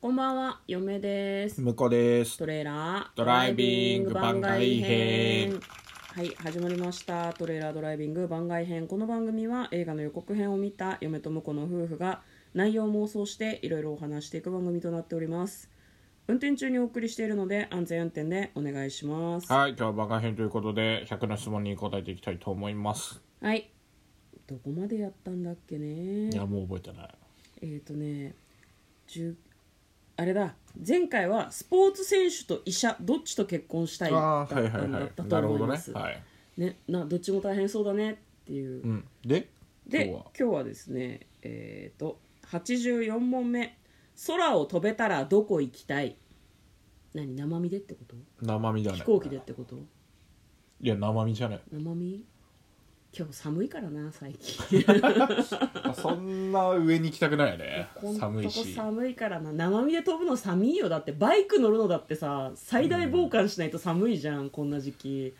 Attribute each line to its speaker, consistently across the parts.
Speaker 1: こんばんは、嫁です。
Speaker 2: 向こうです
Speaker 1: トレーラー
Speaker 2: ドライビング番外編。
Speaker 1: はい、始まりました。トレーラードライビング番外編。この番組は映画の予告編を見た嫁と婿の夫婦が内容を妄想していろいろお話していく番組となっております。運転中にお送りしているので安全運転でお願いします。
Speaker 2: はい今日は番外編ということで100の質問に答えていきたいと思います、
Speaker 1: はい。どこまでやったんだっけね
Speaker 2: い。やもう覚えてない
Speaker 1: えっ、ー、とね、10あれだ、前回はスポーツ選手と医者、どっちと結婚したいだ
Speaker 2: あ
Speaker 1: っ
Speaker 2: ー
Speaker 1: た
Speaker 2: は
Speaker 1: ん
Speaker 2: い
Speaker 1: だ
Speaker 2: はいは
Speaker 1: っ
Speaker 2: い
Speaker 1: たと
Speaker 2: なるほ
Speaker 1: 思い
Speaker 2: ど
Speaker 1: ま
Speaker 2: ね
Speaker 1: す。
Speaker 2: はい、
Speaker 1: ね、などっちも大変そうだねっていう。
Speaker 2: うん、で
Speaker 1: で、今
Speaker 2: 今日は
Speaker 1: 日はですね、えっ、ー、と、84問目、空を飛べたらどこ行きたい何、生身でってこと
Speaker 2: 生身だね
Speaker 1: 飛行機でってこと
Speaker 2: いや生身じゃない
Speaker 1: 生身今日寒いからな、最近。
Speaker 2: そんな上に行きたくないよね寒い
Speaker 1: こんとこ
Speaker 2: し
Speaker 1: 寒いからな生身で飛ぶの寒いよだってバイク乗るのだってさ最大防寒しないと寒いじゃん、こんな時期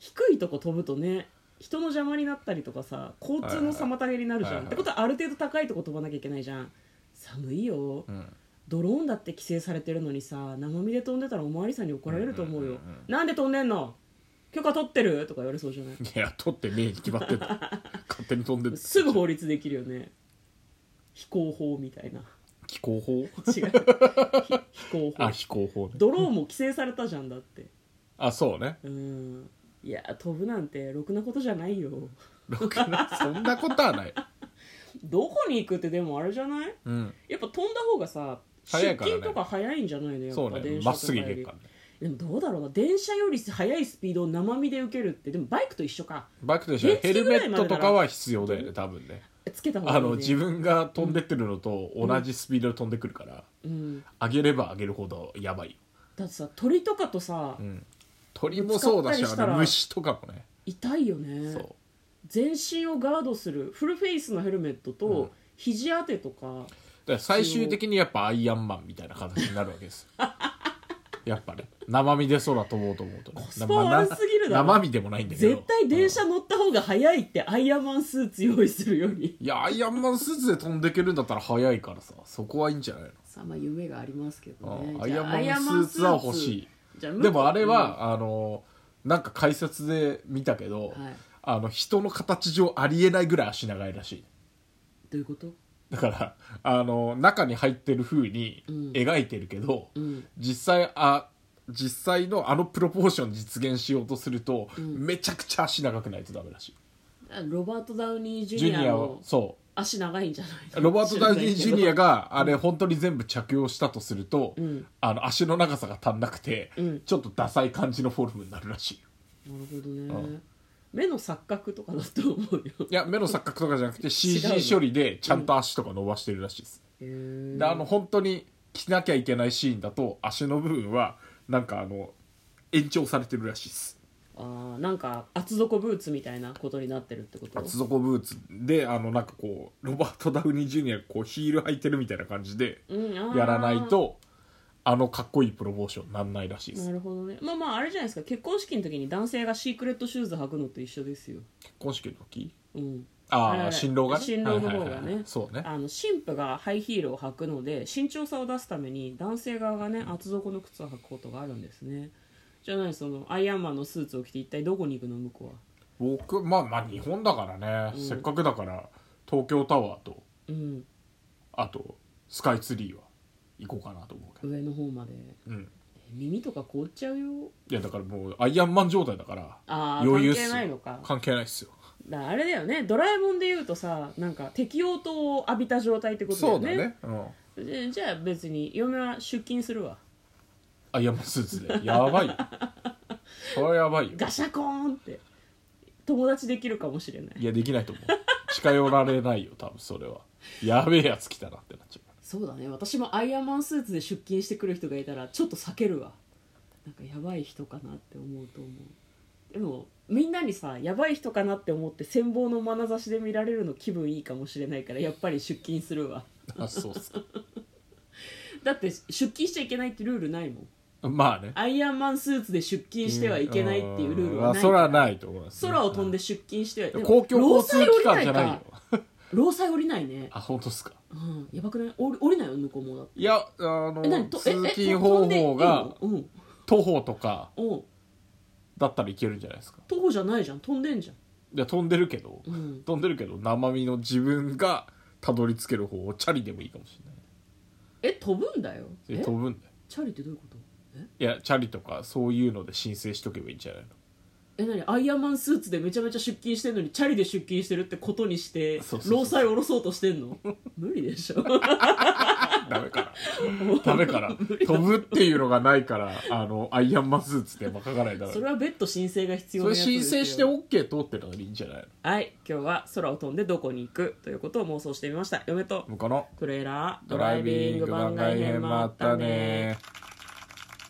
Speaker 1: 低いとこ飛ぶとね人の邪魔になったりとかさ交通の妨げになるじゃん、
Speaker 2: はいはい
Speaker 1: ってことはある程度高いとこ飛ばなきゃいけないじゃん寒いよ、
Speaker 2: うん
Speaker 1: ドローンだって規制されてるのにさ生身で飛んでたらおまわりさんに怒られると思うよ、
Speaker 2: うんうんうん
Speaker 1: なんで飛んでんの許可取ってるとか言われそうじゃない
Speaker 2: いや取ってねえに決まってんだ勝手に飛んでる
Speaker 1: すぐ法律できるよね飛行法みたいな
Speaker 2: 飛行法
Speaker 1: 違う ひ飛行法
Speaker 2: あ飛行法ね
Speaker 1: ドローンも規制されたじゃんだって
Speaker 2: あそうね
Speaker 1: うんいや飛ぶなんてろくなことじゃないよ
Speaker 2: ろくなそんなことはない
Speaker 1: どこに行くってでもあれじゃない
Speaker 2: うん
Speaker 1: やっぱ飛んだ方がさ、
Speaker 2: 早
Speaker 1: 出
Speaker 2: いからね
Speaker 1: 勤とか早いんじゃないのやっ
Speaker 2: そう
Speaker 1: ぱ
Speaker 2: ね
Speaker 1: 電
Speaker 2: ま
Speaker 1: 車
Speaker 2: っ
Speaker 1: と
Speaker 2: す
Speaker 1: か
Speaker 2: ぐ
Speaker 1: よ
Speaker 2: 行ける
Speaker 1: り
Speaker 2: からね
Speaker 1: でもどうだろうな電車より速いスピードを生身で受けるってでもバイクと一緒か
Speaker 2: バイクと一緒にヘ
Speaker 1: 原付
Speaker 2: ル
Speaker 1: ぐら
Speaker 2: メ
Speaker 1: いまで
Speaker 2: ッ
Speaker 1: なら
Speaker 2: トとかは必要だよね多分ね
Speaker 1: つけた方がいい
Speaker 2: あ
Speaker 1: ね
Speaker 2: の自分が飛んでってるのと同じスピードで飛んでくるから、
Speaker 1: うん、だ
Speaker 2: 上げれば上げるほどやばいよ、
Speaker 1: ってさ鳥とかとさ、
Speaker 2: うん、鳥もそうだし
Speaker 1: ぶつかったりした
Speaker 2: あ
Speaker 1: ら
Speaker 2: の虫とかもね、
Speaker 1: 痛いよね
Speaker 2: そう
Speaker 1: 全身をガードするフルフェイスのヘルメットと、
Speaker 2: うん
Speaker 1: 肘当てとか
Speaker 2: だから最終的にやっぱアイアンマンみたいな形になるわけです よやっぱね生身で空飛ぼうと思うとね
Speaker 1: スパ悪すぎるだろ
Speaker 2: 生身でもないんだけど
Speaker 1: 絶対電車乗った方が早いってアイアンマンスーツ用意するより
Speaker 2: いやアイアンマンスーツで飛んでいけるんだったら早いからさそこはいいんじゃないの
Speaker 1: さあまあ夢がありますけどね
Speaker 2: うん
Speaker 1: じゃあ
Speaker 2: アイアンマンスーツは欲しい
Speaker 1: じゃ
Speaker 2: でもあれ、は、あのなんか解説で見たけど、
Speaker 1: うんはい、
Speaker 2: あの人の形上ありえないぐらい足長いらしい
Speaker 1: どういうこと
Speaker 2: だからあの中に入ってる風に
Speaker 1: うん
Speaker 2: 描いてるけど、
Speaker 1: うん
Speaker 2: 実際あ実際のあのプロポーション実現しようとすると、
Speaker 1: ん
Speaker 2: めちゃくちゃ足長くないとダメらし
Speaker 1: あロバート・ダウニー・ジ
Speaker 2: いジ
Speaker 1: ュニ
Speaker 2: ュ
Speaker 1: ア
Speaker 2: ニアを
Speaker 1: の
Speaker 2: そ
Speaker 1: 足長いんじゃな
Speaker 2: う
Speaker 1: い
Speaker 2: ロバート・ダウ ニー・ジュニ
Speaker 1: が、
Speaker 2: アがあれ本当に全部着用したとすると、
Speaker 1: うん
Speaker 2: あの足の長さが足んなくて、
Speaker 1: うん
Speaker 2: ちょっとダサい感じのフォルムになるらしいよ
Speaker 1: なるほどね、
Speaker 2: うん
Speaker 1: 目の錯覚とかだと思うよ
Speaker 2: いや目の錯覚とかじゃなくて
Speaker 1: 違う
Speaker 2: CG
Speaker 1: の
Speaker 2: 処理でちゃんと足とか伸ばしてるらしいです、
Speaker 1: へー
Speaker 2: であの本当に着なきゃいけないシーンだと足の部分はなんかあの延長されてるらしいです
Speaker 1: あーなんか厚底ブーツみたいなことになってるってこと
Speaker 2: 厚底ブーツであのなんかこうロバート・ダウニー・ジュニアがこうヒール履いてるみたいな感じで
Speaker 1: うん、あー
Speaker 2: やらないとあのかっこいいプロポーションなんないらしいです
Speaker 1: なるほどねまあまああれじゃないですか結婚式の時に男性がシークレットシューズ履くのと一緒ですよ
Speaker 2: 結婚式の時
Speaker 1: うんあれ
Speaker 2: あ
Speaker 1: あ
Speaker 2: あ
Speaker 1: れ
Speaker 2: 新郎がね
Speaker 1: 新郎の方がね
Speaker 2: はいはいはいはいそうね
Speaker 1: あの新婦がハイヒールを履くので身長差を出すために男性側がね厚底の靴を履くことがあるんですねじゃないそのアイアンマンのスーツを着て一体どこに行くの向こうは
Speaker 2: 僕まあまあ日本だからね、せっかくだから東京タワーと
Speaker 1: うん
Speaker 2: あとスカイツリーは行こうかなと思うけど、
Speaker 1: 上の方まで
Speaker 2: うん、
Speaker 1: え耳とか凍っちゃうよ
Speaker 2: いやだからもうアイアンマン状態だから
Speaker 1: ああ関
Speaker 2: 余裕っす
Speaker 1: 係ないのか
Speaker 2: 関係ないっすよ
Speaker 1: だからあれだよねドラえもんで言うとさなんか適応灯を浴びた状態ってことだよね
Speaker 2: うん
Speaker 1: じじゃあ別に嫁は出勤するわ
Speaker 2: アイアンマンスーツでや ばいよそれはやばいよ
Speaker 1: ガシャコーンって友達できるかもしれない
Speaker 2: いやできないと思う近寄られないよ多分それはやべえやつ来たなってなっちゃう
Speaker 1: そうだね私もアイアンマンスーツで出勤してくる人がいたらちょっと避けるわなんかやばい人かなって思うと思うでもみんなにさやばい人かなって思って羨望の眼差しで見られるの気分いいかもしれないからやっぱり出勤するわ
Speaker 2: あそうっすか
Speaker 1: だって出勤しちゃいけないってルールないもん
Speaker 2: まあね
Speaker 1: アイアンマンスーツで出勤してはいけないっていうルールは
Speaker 2: ん
Speaker 1: な
Speaker 2: あ
Speaker 1: い
Speaker 2: そ
Speaker 1: か
Speaker 2: れ
Speaker 1: ら
Speaker 2: はないと思いますね、
Speaker 1: 空を飛んで出勤しては
Speaker 2: うん公共交通機関じゃないよ
Speaker 1: 労災降りたいか労災降りないね
Speaker 2: あ本当ですか
Speaker 1: うんやばくない降り降りないよ向こうもだって
Speaker 2: いやあの
Speaker 1: え何とえ
Speaker 2: 通
Speaker 1: え
Speaker 2: 勤
Speaker 1: と
Speaker 2: 方
Speaker 1: 飛んでいい
Speaker 2: 法
Speaker 1: の
Speaker 2: が
Speaker 1: うん
Speaker 2: 徒歩とか
Speaker 1: うん
Speaker 2: だったらいけるんじゃないですか
Speaker 1: 徒歩じゃないじゃん飛んでんじ
Speaker 2: いや飛んでるけど
Speaker 1: ゃんうん
Speaker 2: 飛んでるけど生身の自分がたどり着ける方をチャリでもいいかもし
Speaker 1: え飛ぶんだよ
Speaker 2: れない
Speaker 1: え
Speaker 2: で飛ぶんだよ
Speaker 1: チャリってどういうことえ
Speaker 2: いやチャリとかそういうので申請しとけばいいんじゃないの
Speaker 1: え何アイアンマンスーツでめちゃめちゃ出勤してんのにチャリで出勤してるってことにして
Speaker 2: そうそうそう
Speaker 1: 労災を下ろそうとしてんの無理でし ょ
Speaker 2: ダメかなダメ かな飛ぶっていうのがないからあのアイアンマンスーツでバカがないだろ
Speaker 1: それは別途申請が必要
Speaker 2: そ
Speaker 1: な
Speaker 2: れ
Speaker 1: やつですよ
Speaker 2: 申請して OK 通ってたらいいんじゃない
Speaker 1: はい今日は空を飛んでどこに行くということを妄想してみました嫁と
Speaker 2: の向こうの
Speaker 1: トレーラード
Speaker 2: ドライビング番外編もあったね